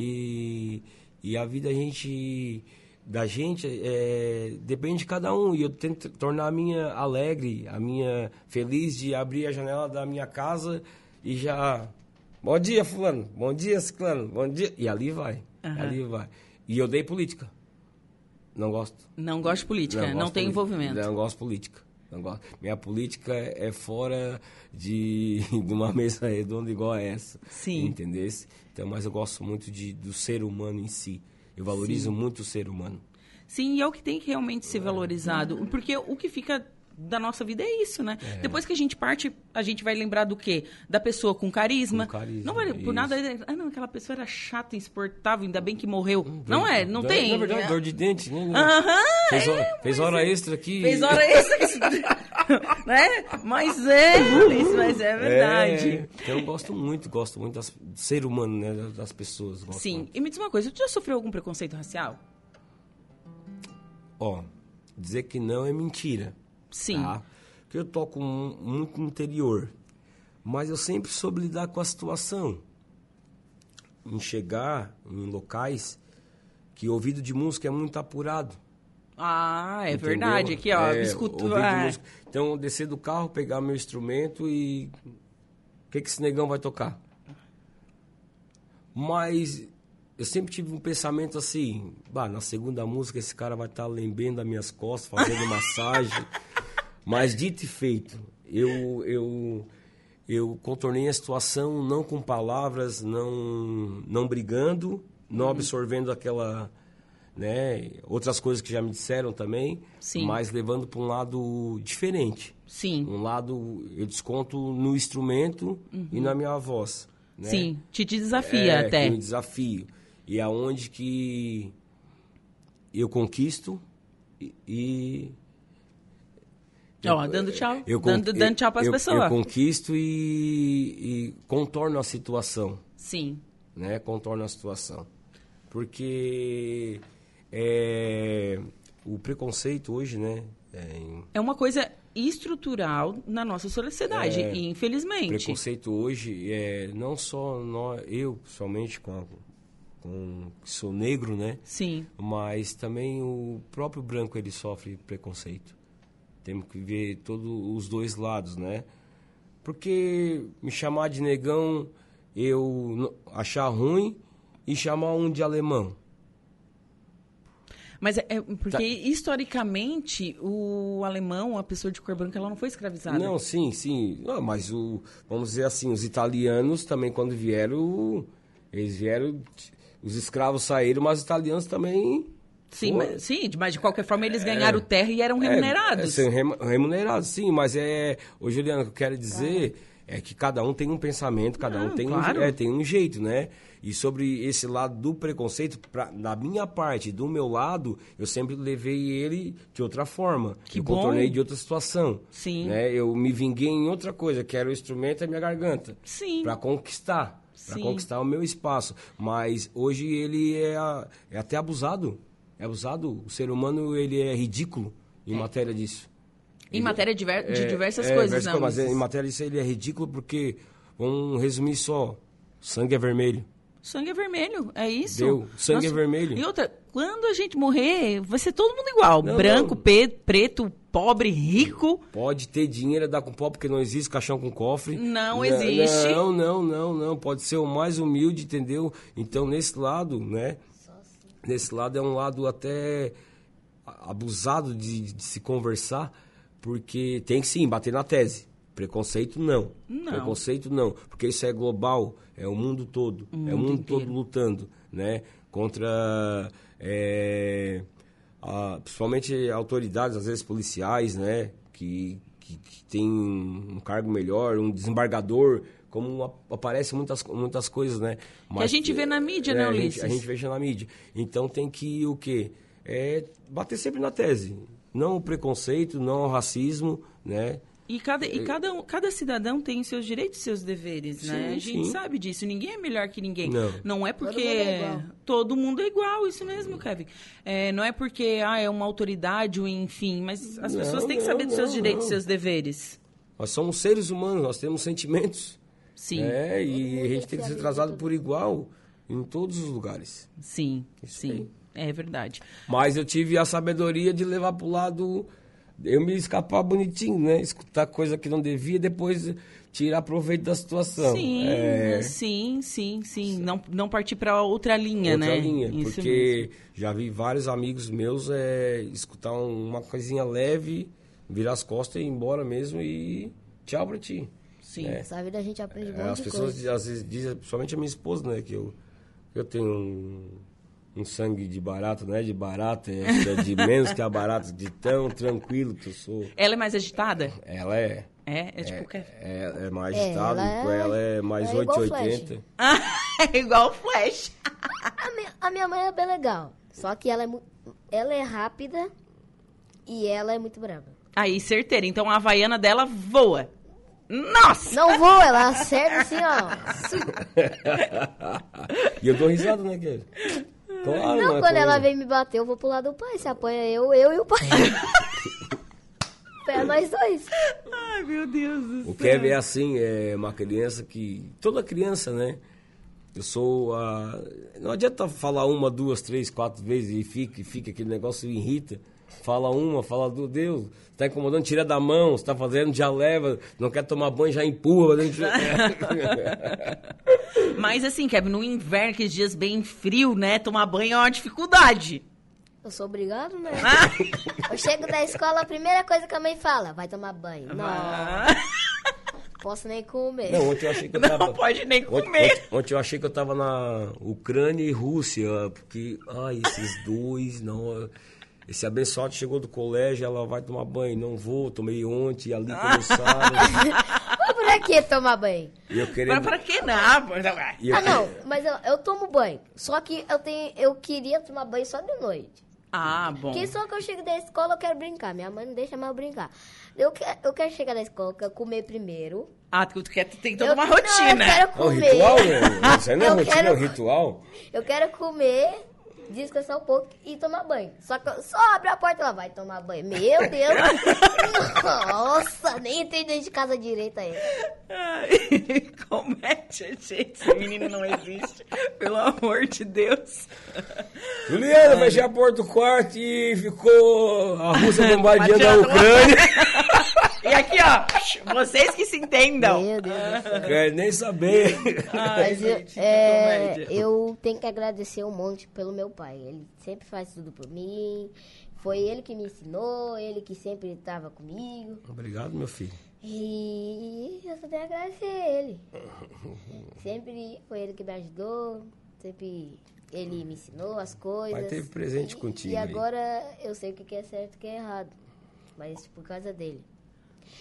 Speaker 2: e, e a vida a gente da gente é, depende de cada um e eu tento tornar a minha alegre, a minha feliz de abrir a janela da minha casa e já bom dia fulano, bom dia ciclano, bom dia e ali vai,
Speaker 1: Aham.
Speaker 2: ali vai e eu dei política, não gosto
Speaker 1: Não gosto de política, não,
Speaker 2: gosto
Speaker 1: tem
Speaker 2: política.
Speaker 1: envolvimento.
Speaker 2: Não gosto de política. Não gosto. Minha política é é fora de, de uma mesa redonda igual a essa.
Speaker 1: Sim.
Speaker 2: Entendeu? Então, mas eu gosto muito de, do ser humano em si. Eu valorizo muito o ser humano.
Speaker 1: Sim, e é o que tem que realmente ser valorizado. Porque o que fica da nossa vida é isso, né? Depois que a gente parte, a gente vai lembrar do quê? Da pessoa com carisma.
Speaker 2: Com carisma,
Speaker 1: não vai, por
Speaker 2: isso. Hum,
Speaker 1: nada. Ah, não, aquela pessoa era chata, insuportável, ainda bem que morreu. não é, não
Speaker 2: Dor-
Speaker 1: tem.
Speaker 2: Na verdade, dor de dente, né?
Speaker 1: Aham, é,
Speaker 2: fez, hora, fez hora extra aqui.
Speaker 1: Fez hora extra. que se- né? Mas é, Ulisses, mas é verdade.
Speaker 2: É, então, eu gosto muito, gosto muito das, do ser humano, né? Das- Das pessoas. gosto
Speaker 1: Sim. E me diz uma coisa, tu já sofreu algum preconceito racial?
Speaker 2: Ó, dizer que não é mentira.
Speaker 1: Sim.
Speaker 2: Tá? Porque eu toco mu- muito no interior. Mas eu sempre soube lidar com a situação. Em chegar em locais que o ouvido de música é muito apurado.
Speaker 1: Ah, é
Speaker 2: entendeu?
Speaker 1: verdade. Aqui, ó,
Speaker 2: É,
Speaker 1: biscoito.
Speaker 2: ouvido de
Speaker 1: ah,
Speaker 2: música. Então, descer do carro, pegar meu instrumento e... O que, que esse negão vai tocar? Mas eu sempre tive um pensamento assim, bah, na segunda música esse cara vai estar lembrando das minhas costas, fazendo massagem. Mas dito e feito, eu, eu, eu contornei a situação não com palavras, não, não brigando, não
Speaker 1: Uhum.
Speaker 2: absorvendo aquela. Né, outras coisas que já me disseram também,
Speaker 1: Sim.
Speaker 2: mas levando para um lado diferente.
Speaker 1: Sim.
Speaker 2: Um lado eu desconto no instrumento e na minha voz. né?
Speaker 1: Uhum. Sim, te te desafia
Speaker 2: É,
Speaker 1: até.
Speaker 2: que Um desafio. E é aonde que eu conquisto e, e
Speaker 1: Ó, dando tchau.
Speaker 2: Eu con-
Speaker 1: dando, dando tchau pras
Speaker 2: eu-
Speaker 1: pessoas.
Speaker 2: Eu conquisto e, e contorno a situação,
Speaker 1: Sim.
Speaker 2: né? Contorno a situação. Porque é, o preconceito hoje, né? é, em-
Speaker 1: É uma coisa estrutural na nossa sociedade,
Speaker 2: É.
Speaker 1: infelizmente.
Speaker 2: preconceito hoje é não só nós, eu, pessoalmente, com, a- com que sou negro, né?
Speaker 1: Sim.
Speaker 2: mas também o próprio branco ele sofre preconceito. Temos que ver todos os dois lados, né? Porque me chamar de negão eu n- achar ruim e chamar um de alemão.
Speaker 1: Mas é, é porque
Speaker 2: Tá.
Speaker 1: historicamente o alemão, a pessoa de cor branca, ela não foi escravizada.
Speaker 2: Não, sim, sim. Ah, mas o vamos dizer assim, os italianos também quando vieram, eles vieram os escravos saíram, mas os italianos também
Speaker 1: Sim,
Speaker 2: foram.
Speaker 1: mas, sim, mas de qualquer forma eles ganharam terra e eram remunerados.
Speaker 2: É, é, são remu- remunerados, sim, mas é. Ô, Juliana, o que eu quero dizer é que cada um tem um pensamento, cada
Speaker 1: Não,
Speaker 2: um tem,
Speaker 1: claro.
Speaker 2: um, é, tem um jeito, né? E sobre esse lado do preconceito, pra, da minha parte, do meu lado, eu sempre levei ele de outra forma.
Speaker 1: Que
Speaker 2: eu
Speaker 1: bom.
Speaker 2: contornei de outra situação.
Speaker 1: Sim.
Speaker 2: Né? Eu me vinguei em outra coisa, que era o instrumento e a minha garganta.
Speaker 1: Sim.
Speaker 2: Pra conquistar. Pra
Speaker 1: Sim.
Speaker 2: conquistar o meu espaço. Mas hoje ele é, a- é até abusado. É abusado. O ser humano, ele é ridículo em matéria disso.
Speaker 1: Em matéria diver- de
Speaker 2: É,
Speaker 1: diversas
Speaker 2: é,
Speaker 1: coisas,
Speaker 2: diversas
Speaker 1: não.
Speaker 2: mas em matéria disso ele é ridículo porque, vamos resumir só, sangue é vermelho.
Speaker 1: Sangue é vermelho, é isso.
Speaker 2: Deu, sangue é vermelho.
Speaker 1: E outra, quando a gente morrer, vai ser todo mundo igual.
Speaker 2: Não,
Speaker 1: Branco,
Speaker 2: não.
Speaker 1: pe- preto, pobre, rico.
Speaker 2: Pode ter dinheiro, é dar com pau, porque não existe caixão com cofre.
Speaker 1: Não
Speaker 2: Na-
Speaker 1: existe.
Speaker 2: Não, não, não, não. Pode ser o mais humilde, entendeu? Então, nesse lado, né? Nesse lado é um lado até a- abusado de, de se conversar, porque tem que sim bater na tese. Preconceito não.
Speaker 1: Não.
Speaker 2: Preconceito não. Porque isso é global, é o mundo todo. é o mundo todo lutando, né? Contra. é, a- principalmente autoridades, às vezes policiais, né? Que, que, que tem um cargo melhor, um desembargador, como a- aparece muitas, muitas coisas, né?
Speaker 1: a gente vê na mídia, né,
Speaker 2: é, a gente-
Speaker 1: Ulisses?
Speaker 2: a gente veja na mídia. Então tem que o quê? É bater sempre na tese. Não o preconceito, não o racismo, né?
Speaker 1: E cada, e cada, um- cada cidadão tem os seus direitos e seus deveres, né?
Speaker 2: Sim,
Speaker 1: A gente
Speaker 2: sim.
Speaker 1: sabe disso. Ninguém é melhor que ninguém.
Speaker 2: Não.
Speaker 1: é porque...
Speaker 3: mundo é igual.
Speaker 1: Todo mundo é igual, isso mesmo, Kevin. É, não é porque ah, é uma autoridade, ou enfim, mas as
Speaker 2: Não,
Speaker 1: pessoas têm que
Speaker 2: não,
Speaker 1: saber dos seus
Speaker 2: não,
Speaker 1: direitos e
Speaker 2: não.
Speaker 1: seus deveres.
Speaker 2: Nós somos seres humanos, nós temos sentimentos.
Speaker 1: Sim,
Speaker 2: né? E
Speaker 3: mundo
Speaker 2: a
Speaker 3: tem
Speaker 2: gente
Speaker 3: que
Speaker 2: tem que
Speaker 3: ser
Speaker 2: ser tratado por igual em todos os lugares.
Speaker 1: sim, sim.
Speaker 2: aí.
Speaker 1: É verdade.
Speaker 2: Mas eu tive a sabedoria de levar pro lado. Eu me escapar bonitinho, né? Escutar coisa que não devia, depois tirar proveito da situação.
Speaker 1: Sim,
Speaker 2: É,
Speaker 1: sim, sim, sim. Não, não partir para outra linha,
Speaker 2: outra
Speaker 1: né?
Speaker 2: linha,
Speaker 1: Isso
Speaker 2: porque já vi vários amigos meus é, escutar um- uma coisinha leve, virar as costas e ir embora mesmo e tchau pra ti.
Speaker 1: Sim.
Speaker 2: É.
Speaker 3: Essa vida a gente aprende
Speaker 2: É,
Speaker 3: muita
Speaker 2: as pessoas
Speaker 3: coisa.
Speaker 2: às vezes dizem, principalmente a minha esposa, né, que eu, que eu tenho um, um sangue de barato, não é de barata, é é de menos que a barata, de tão tranquilo que eu sou.
Speaker 1: Ela é mais agitada?
Speaker 2: Ela é,
Speaker 1: É, é tipo... que-
Speaker 2: é, é mais
Speaker 3: É,
Speaker 2: agitada,
Speaker 3: ela
Speaker 2: ela,
Speaker 3: é-
Speaker 2: é mais
Speaker 3: ela é igual
Speaker 2: 880.
Speaker 1: Ah, é igual o Flash.
Speaker 3: A minha, a minha mãe é bem legal. Só que ela é, mu- ela é rápida e ela é muito brava.
Speaker 1: Aí, certeira. Então a Havaiana dela voa. Nossa!
Speaker 3: Não vou, ela acerta assim, ó.
Speaker 2: E eu dou risada, né, que Claro,
Speaker 3: Não,
Speaker 2: né,
Speaker 3: quando ela
Speaker 2: comigo.
Speaker 3: vem me bater, eu vou pro lado do pai. Se apanha eu, eu e o pai. é nós dois.
Speaker 1: Ai, meu Deus do
Speaker 2: O Kevin é assim, é uma criança que. Toda criança, né? Eu sou a. Não adianta falar uma, duas, três, quatro vezes e fica, e fica aquele negócio e irrita. Fala uma, fala duas, Deus, você tá incomodando, tira da mão, você tá fazendo, já leva, não quer tomar banho, já empurra. né?
Speaker 1: Mas assim, Kevin, no inverno, aqueles dias bem frio, né? Tomar banho é uma dificuldade. Ah!
Speaker 3: Eu sou obrigado, né? Eu chego da escola, a primeira coisa que a mãe fala, vai tomar banho. Não,
Speaker 1: Ah,
Speaker 3: posso nem comer.
Speaker 2: Não, ontem eu achei que eu
Speaker 1: Não
Speaker 2: tava.
Speaker 1: pode nem
Speaker 2: Ont-
Speaker 1: comer.
Speaker 2: ont- Ontem eu achei que eu tava na Ucrânia e Rússia, porque, ai, esses dois, não. Esse abençoado chegou do colégio, ela vai tomar banho. Não vou, tomei ontem, ali
Speaker 3: Ah.
Speaker 2: começaram.
Speaker 3: Mas por que tomar banho?
Speaker 2: e eu
Speaker 1: Mas
Speaker 2: querendo.
Speaker 1: pra que não? é, pô? Não, vai.
Speaker 2: e eu
Speaker 3: Ah,
Speaker 2: querendo-
Speaker 3: não, mas eu, eu tomo banho. Só que eu tenho, eu queria tomar banho só de noite.
Speaker 1: Ah, bom.
Speaker 3: Porque só que eu chego da escola, eu quero brincar. Minha mãe não deixa mais eu brincar. Eu, que- eu quero chegar da escola, eu quero comer primeiro.
Speaker 1: Ah, tu, tu quer, tu tem toda
Speaker 3: eu,
Speaker 1: uma
Speaker 3: não,
Speaker 1: rotina.
Speaker 3: eu quero
Speaker 4: É um
Speaker 3: comer.
Speaker 4: ritual, né? Isso aí não é
Speaker 3: Eu
Speaker 2: tipo,
Speaker 4: rotina, é um
Speaker 3: quero-
Speaker 4: ritual.
Speaker 3: Eu quero comer, descansar um pouco e tomar banho. Só que eu- só abre a porta e ela vai tomar banho. Meu Deus! Nossa, nem entrei dentro de casa direito aí.
Speaker 1: Ai, Como é que, gente, esse menino não existe? Pelo amor de Deus.
Speaker 4: Juliana, fechei a porta do quarto e ficou a Rússia bombardeando a
Speaker 1: Bateando lá.
Speaker 4: Ucrânia.
Speaker 1: E aqui, ó, vocês que se entendam.
Speaker 3: Meu Deus do céu.
Speaker 2: É,
Speaker 4: Quero nem saber.
Speaker 1: Ai,
Speaker 3: Mas eu,
Speaker 1: gente, que
Speaker 3: é,
Speaker 1: comédia.
Speaker 3: eu tenho que agradecer um monte pelo meu pai. Ele sempre faz tudo por mim. Foi ele que me ensinou, ele que sempre estava comigo.
Speaker 2: Obrigado, meu filho.
Speaker 3: E eu só tenho a agradecer a ele. Sempre foi ele que me ajudou, sempre ele me ensinou as coisas.
Speaker 2: Pai teve presente
Speaker 3: E-
Speaker 2: contigo
Speaker 3: E
Speaker 2: aí.
Speaker 3: agora eu sei o que que é certo e o que é errado. Mas por causa dele.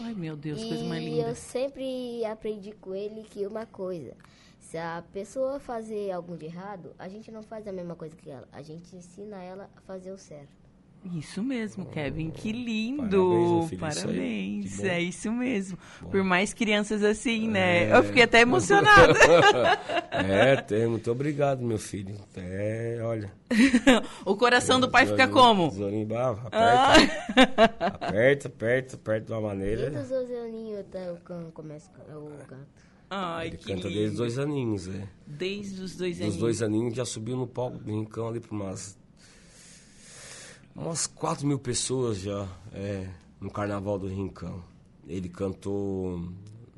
Speaker 1: Ai, meu Deus, coisa mais
Speaker 3: E eu
Speaker 1: linda.
Speaker 3: sempre aprendi com ele que uma coisa, se a pessoa fazer algo de errado, a gente não faz a mesma coisa que ela. A gente ensina ela a fazer o certo.
Speaker 1: Isso mesmo, Kevin, que
Speaker 2: Parabéns,
Speaker 1: lindo.
Speaker 2: meu filho, isso aí.
Speaker 1: Parabéns,
Speaker 2: Que bom.
Speaker 1: é isso mesmo. Por mais crianças assim, né? Eu fiquei até emocionada.
Speaker 2: É, tem, muito obrigado, meu filho. É, olha.
Speaker 1: o coração do pai fica
Speaker 2: Tesourinho-
Speaker 1: como? Ah.
Speaker 2: tesourinho bravo, aperta, aperta, aperta, aperta de uma
Speaker 3: E
Speaker 2: maneira.
Speaker 3: dos 12 aninhos até o cão começa o gato.
Speaker 1: Ai,
Speaker 2: Ele
Speaker 1: que
Speaker 2: canta desde os
Speaker 1: lindo.
Speaker 2: dois aninhos, é.
Speaker 1: Desde os dois
Speaker 2: Dos
Speaker 1: anos.
Speaker 2: dois aninhos já subiu no palco do Rincão ali para umas. Umas 4 mil pessoas já, é, no carnaval do Rincão. Ele cantou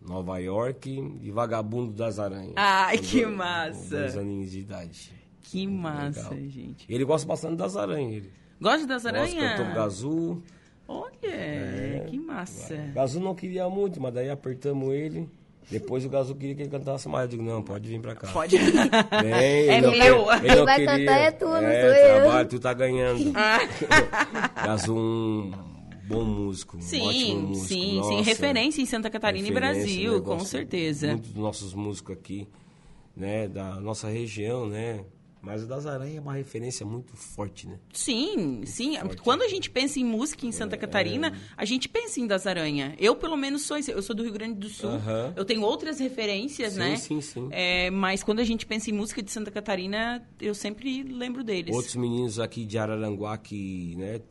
Speaker 2: Nova York e Vagabundo das Aranhas.
Speaker 1: Ai,
Speaker 2: Com
Speaker 1: que
Speaker 2: dois- com
Speaker 1: massa.
Speaker 2: Dois aninhos de idade.
Speaker 1: Que massa,
Speaker 2: Legal.
Speaker 1: gente.
Speaker 2: Ele gosta bastante das aranhas. Ele.
Speaker 1: Gosta das
Speaker 2: Gosta, cantou
Speaker 1: aranhas?
Speaker 2: Gazu.
Speaker 1: Olha,
Speaker 2: É,
Speaker 1: que massa.
Speaker 2: Gazu não queria muito, mas daí apertamos ele. Depois o Gazu queria que ele cantasse mais. Eu digo, não, pode vir pra cá.
Speaker 1: Pode.
Speaker 2: Vem,
Speaker 1: É
Speaker 2: ele não
Speaker 1: meu.
Speaker 2: quer- ele
Speaker 3: Quem
Speaker 2: não
Speaker 3: vai
Speaker 2: queria.
Speaker 3: cantar é tu, não
Speaker 2: é,
Speaker 3: sou eu.
Speaker 2: trabalho, tu tá ganhando. Gazu um bom músico. um ótimo
Speaker 1: Sim, sim,
Speaker 2: músico.
Speaker 1: sim.
Speaker 2: Nossa,
Speaker 1: Referência em Santa Catarina e
Speaker 2: referência, um
Speaker 1: Brasil,
Speaker 2: negócio-
Speaker 1: com certeza.
Speaker 2: Muitos dos nossos músicos aqui, né, da nossa região, né? Mas o das aranhas é uma referência muito forte, né?
Speaker 1: Sim, sim. Quando a gente pensa em música em
Speaker 2: É.
Speaker 1: Santa Catarina, a gente pensa em Das Aranha. Eu, pelo menos, sou esse. Eu sou do Rio Grande do Sul.
Speaker 2: Aham.
Speaker 1: Eu tenho outras referências,
Speaker 2: Sim,
Speaker 1: né?
Speaker 2: sim, sim.
Speaker 1: É, mas quando a gente pensa em música de Santa Catarina, eu sempre lembro deles.
Speaker 2: Outros né? meninos aqui de Araranguá que, né,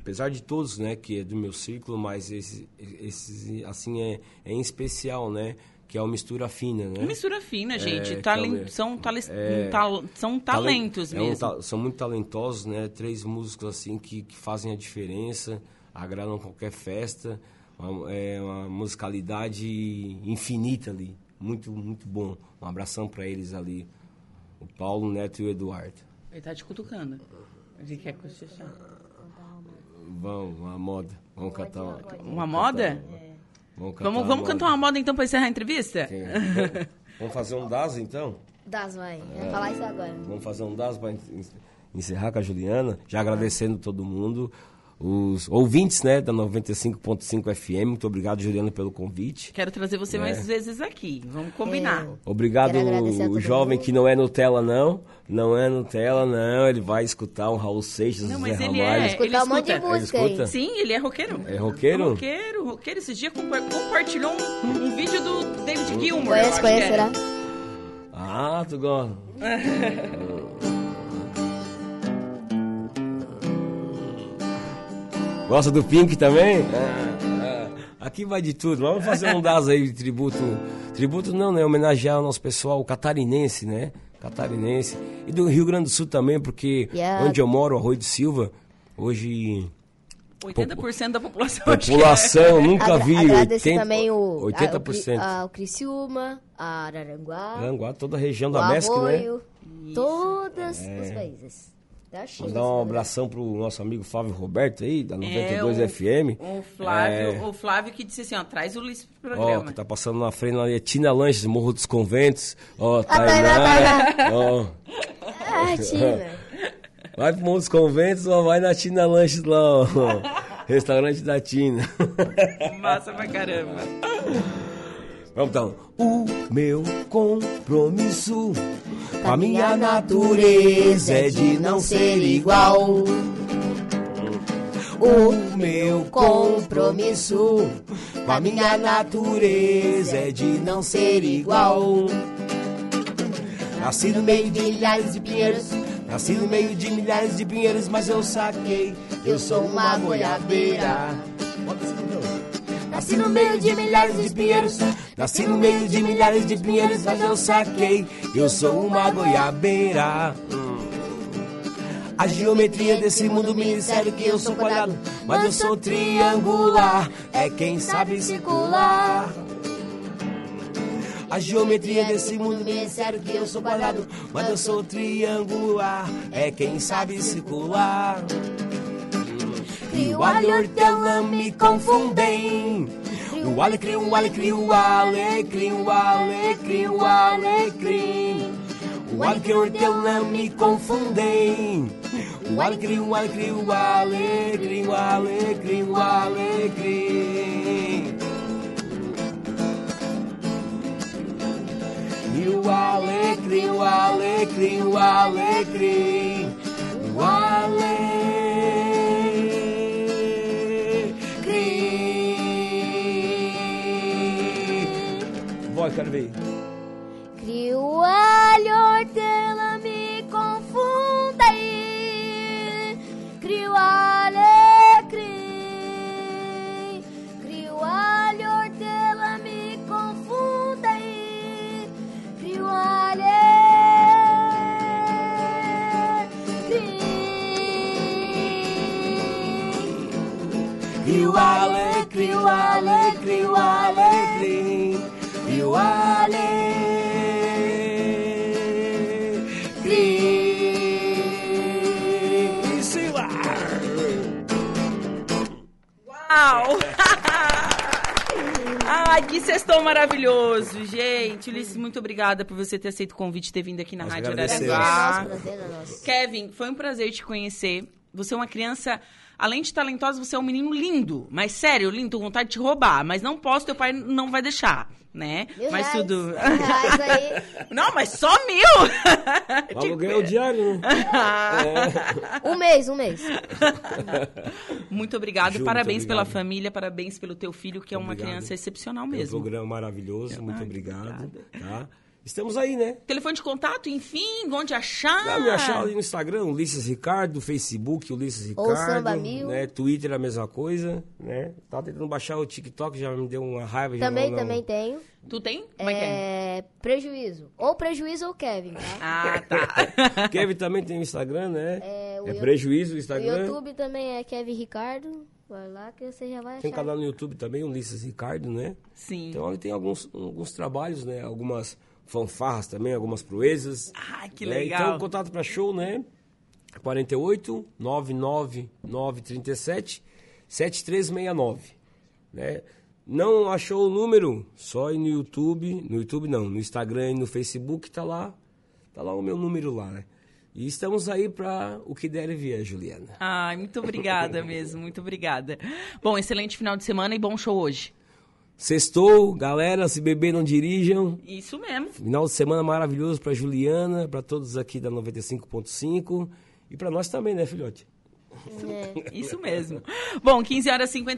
Speaker 2: apesar de todos, né, que é do meu círculo, mas esse, esse assim, é, é em especial, né, que é o Mistura Fina, né?
Speaker 1: Mistura fina, gente.
Speaker 2: que é
Speaker 1: Talen-
Speaker 2: o meu.
Speaker 1: são, tales- um tal- são talentos
Speaker 2: Talen- é um
Speaker 1: mesmo.
Speaker 2: ta- são muito talentosos, né, três músicos, assim, que, que fazem a diferença, agradam qualquer festa, uma- é uma musicalidade infinita ali, muito, muito bom. Um abração para eles ali, o Paulo Neto e o Eduardo.
Speaker 1: Ele tá te cutucando. Ele quer cochichar.
Speaker 2: Vamos, uma moda. Vamos cantar uma,
Speaker 1: Uma moda?
Speaker 2: Vamos cantar
Speaker 1: Vamos, vamos cantar uma moda então pra encerrar a entrevista?
Speaker 2: Vamos- Vamos fazer um DAS então?
Speaker 3: Das vai. Vai falar isso agora.
Speaker 2: Vamos fazer um DAS para encerrar com a Juliana. Já agradecendo todo mundo. Os ouvintes né, da 95.5 FM. Muito obrigado, Juliana, pelo convite.
Speaker 1: Quero trazer você
Speaker 2: Né?
Speaker 1: mais vezes aqui. Vamos combinar.
Speaker 3: Eu-
Speaker 2: Obrigado,
Speaker 3: Quero agradecer a todo
Speaker 2: o jovem
Speaker 3: mundo.
Speaker 2: que não é Nutella, não. Não é Nutella, não. Ele vai escutar um Raul Seixas,
Speaker 1: Não,
Speaker 2: Zé
Speaker 1: mas ele
Speaker 2: Ramalho.
Speaker 1: é.
Speaker 3: Escutar
Speaker 1: Ele
Speaker 3: um monte de
Speaker 1: escuta.
Speaker 3: música
Speaker 2: Ele
Speaker 3: aí.
Speaker 2: escuta?
Speaker 1: Sim, ele é roqueiro.
Speaker 2: É roqueiro?
Speaker 1: Roqueiro, roqueiro. Esses dias compa- compartilhou um, um vídeo do
Speaker 2: Hum.
Speaker 1: David Gilmour. eu
Speaker 3: Conhece,
Speaker 1: acho
Speaker 3: conhece,
Speaker 1: que
Speaker 3: né?
Speaker 1: é. era.
Speaker 3: será?
Speaker 2: Ah, tu gosta. Gosta do Pink também? Ah, ah. Aqui vai de tudo. Mas Vamos fazer um das aí de tributo. Tributo não, né? Homenagear o nosso pessoal catarinense, né? Catarinense. E do Rio Grande do Sul também, porque
Speaker 3: E a-
Speaker 2: onde eu moro, Arroio do Silva, hoje
Speaker 1: 80% da população. acho que é.
Speaker 2: população, nunca
Speaker 3: Agra-
Speaker 2: vi.
Speaker 3: Agradecer
Speaker 2: 80,
Speaker 3: também o, ah.
Speaker 2: 80%.
Speaker 3: A, o, Cri- a, o Criciúma, a Araranguá,
Speaker 2: Aranguá, toda a região
Speaker 3: o
Speaker 2: da Ah, MESC, né?
Speaker 3: Arroio, todos os países. Da China.
Speaker 2: Mandar um abração pro nosso amigo Flávio Roberto aí, da 92
Speaker 1: É, o-
Speaker 2: FM.
Speaker 1: O Flávio,
Speaker 2: É,
Speaker 1: o Flávio que disse assim, ó, traz o Luiz pro
Speaker 2: Ó,
Speaker 1: programa.
Speaker 2: que tá passando na frente ali é Tina Lanches, Morro dos Conventos. Ó,
Speaker 3: Tainá,
Speaker 2: Tainá. ó.
Speaker 3: Ah, China.
Speaker 2: Vai pro Morro dos Conventos, ó, vai na Tina Lanches lá, ó. Restaurante da Tina.
Speaker 1: Massa pra caramba.
Speaker 2: Vamos então. O meu compromisso com a minha natureza é de não ser igual. O meu compromisso com a minha natureza é de não ser igual. Nasci no meio de milhares de pinheiros, nasci no meio de milhares de pinheiros, mas eu saquei que eu sou uma goiabeira. Nasci no meio de milhares de pinheiros, nasci no meio de milhares de pinheiros, mas eu saquei que eu sou uma goiabeira. A geometria desse mundo me disseram que eu sou quadrado, mas eu sou triangular, é quem sabe circular. A geometria desse mundo me disseram que eu sou quadrado, mas eu sou triangular, é quem sabe circular. Crio alho, hortelã, me confundem. O alecrim, o alecrim, o alecrim, o alecrim, o alecrim. O alecrim, o hortelã, me confundem. O alecrim, o alecrim, o alecrim, o alecrim, o alecrim. E o alecrim, o alecrim, o alecrim, o alecrim. Vai, quero ver.
Speaker 3: Crio alho, hortelã, me confunda aí. Crio alecrim. Crio alho, hortelã, me confunda aí. Crio alecrim.
Speaker 2: E o alecrim, o alecrim, o alecrim. E o alecrim. Sila.
Speaker 1: Uau! Ai, que sextou maravilhoso, gente. Ulisses, muito obrigada por você ter aceito o convite e ter vindo aqui na
Speaker 2: Nós
Speaker 1: Rádio
Speaker 2: agradecemos.
Speaker 1: Araranguá.
Speaker 3: Prazer é nosso, prazer é nosso.
Speaker 1: Kevin, foi um prazer te conhecer. Você é uma criança, além de talentosa, você é um menino lindo. Mas sério, lindo, tô com vontade de te roubar. Mas não posso, teu pai não vai deixar, né?
Speaker 3: Mil
Speaker 1: mas
Speaker 3: reais.
Speaker 1: tudo.
Speaker 3: Mil reais aí.
Speaker 1: não, mas só mil!
Speaker 4: Vamos
Speaker 2: é
Speaker 4: ganhar o diário, né?
Speaker 3: Um mês, um mês.
Speaker 1: É. Muito obrigado,
Speaker 2: Ju, muito
Speaker 1: parabéns pela
Speaker 2: obrigado.
Speaker 1: família, parabéns pelo teu filho, que é uma
Speaker 2: Obrigado.
Speaker 1: criança excepcional
Speaker 2: É um
Speaker 1: mesmo.
Speaker 2: programa maravilhoso, muito
Speaker 1: Ai,
Speaker 2: obrigado.
Speaker 1: obrigada.
Speaker 2: Tá? Estamos aí, né?
Speaker 1: Telefone de contato, enfim, onde achar?
Speaker 2: Ah, me achar ali no Instagram, Ulisses Ricardo, Facebook, Ulisses Ricardo.
Speaker 3: Ou Samba Mil.
Speaker 2: Né? Twitter a mesma coisa, né? Tava tentando baixar o TikTok, já me deu uma raiva. já
Speaker 3: Também,
Speaker 2: não- um
Speaker 3: também tenho.
Speaker 1: Tu tem? Como é que é?
Speaker 3: É, Prejuízo. Ou prejuízo ou Kevin, tá?
Speaker 1: Ah, tá.
Speaker 2: não. Kevin também tem o Instagram, né?
Speaker 3: É, o Yo-
Speaker 2: prejuízo o
Speaker 3: O
Speaker 2: Instagram.
Speaker 3: YouTube também é Kevin Ricardo. Vai lá que você já vai
Speaker 2: Tem
Speaker 3: achar.
Speaker 2: canal no YouTube também, Ulisses Ricardo, né?
Speaker 1: Sim.
Speaker 2: Então ali tem alguns, alguns trabalhos, né? Algumas fanfarras também, algumas proezas.
Speaker 1: Ah, que
Speaker 2: né?
Speaker 1: legal.
Speaker 2: Então, contato para show, né? 48 99937 7369, né? Não achou o número? Só ir no YouTube, no YouTube não, no Instagram e no Facebook tá lá, tá lá o meu número lá, né? E estamos aí para o que der e vier, Juliana.
Speaker 1: Ai, muito obrigada mesmo, muito obrigada. Bom, excelente final de semana e bom show hoje.
Speaker 2: Sextou, galera, se beber não dirijam.
Speaker 1: Isso mesmo.
Speaker 2: Final de semana maravilhoso para Juliana, para todos aqui da 95.5 e para nós também, né, filhote?
Speaker 3: É.
Speaker 1: Isso mesmo. Bom, 15 horas e 50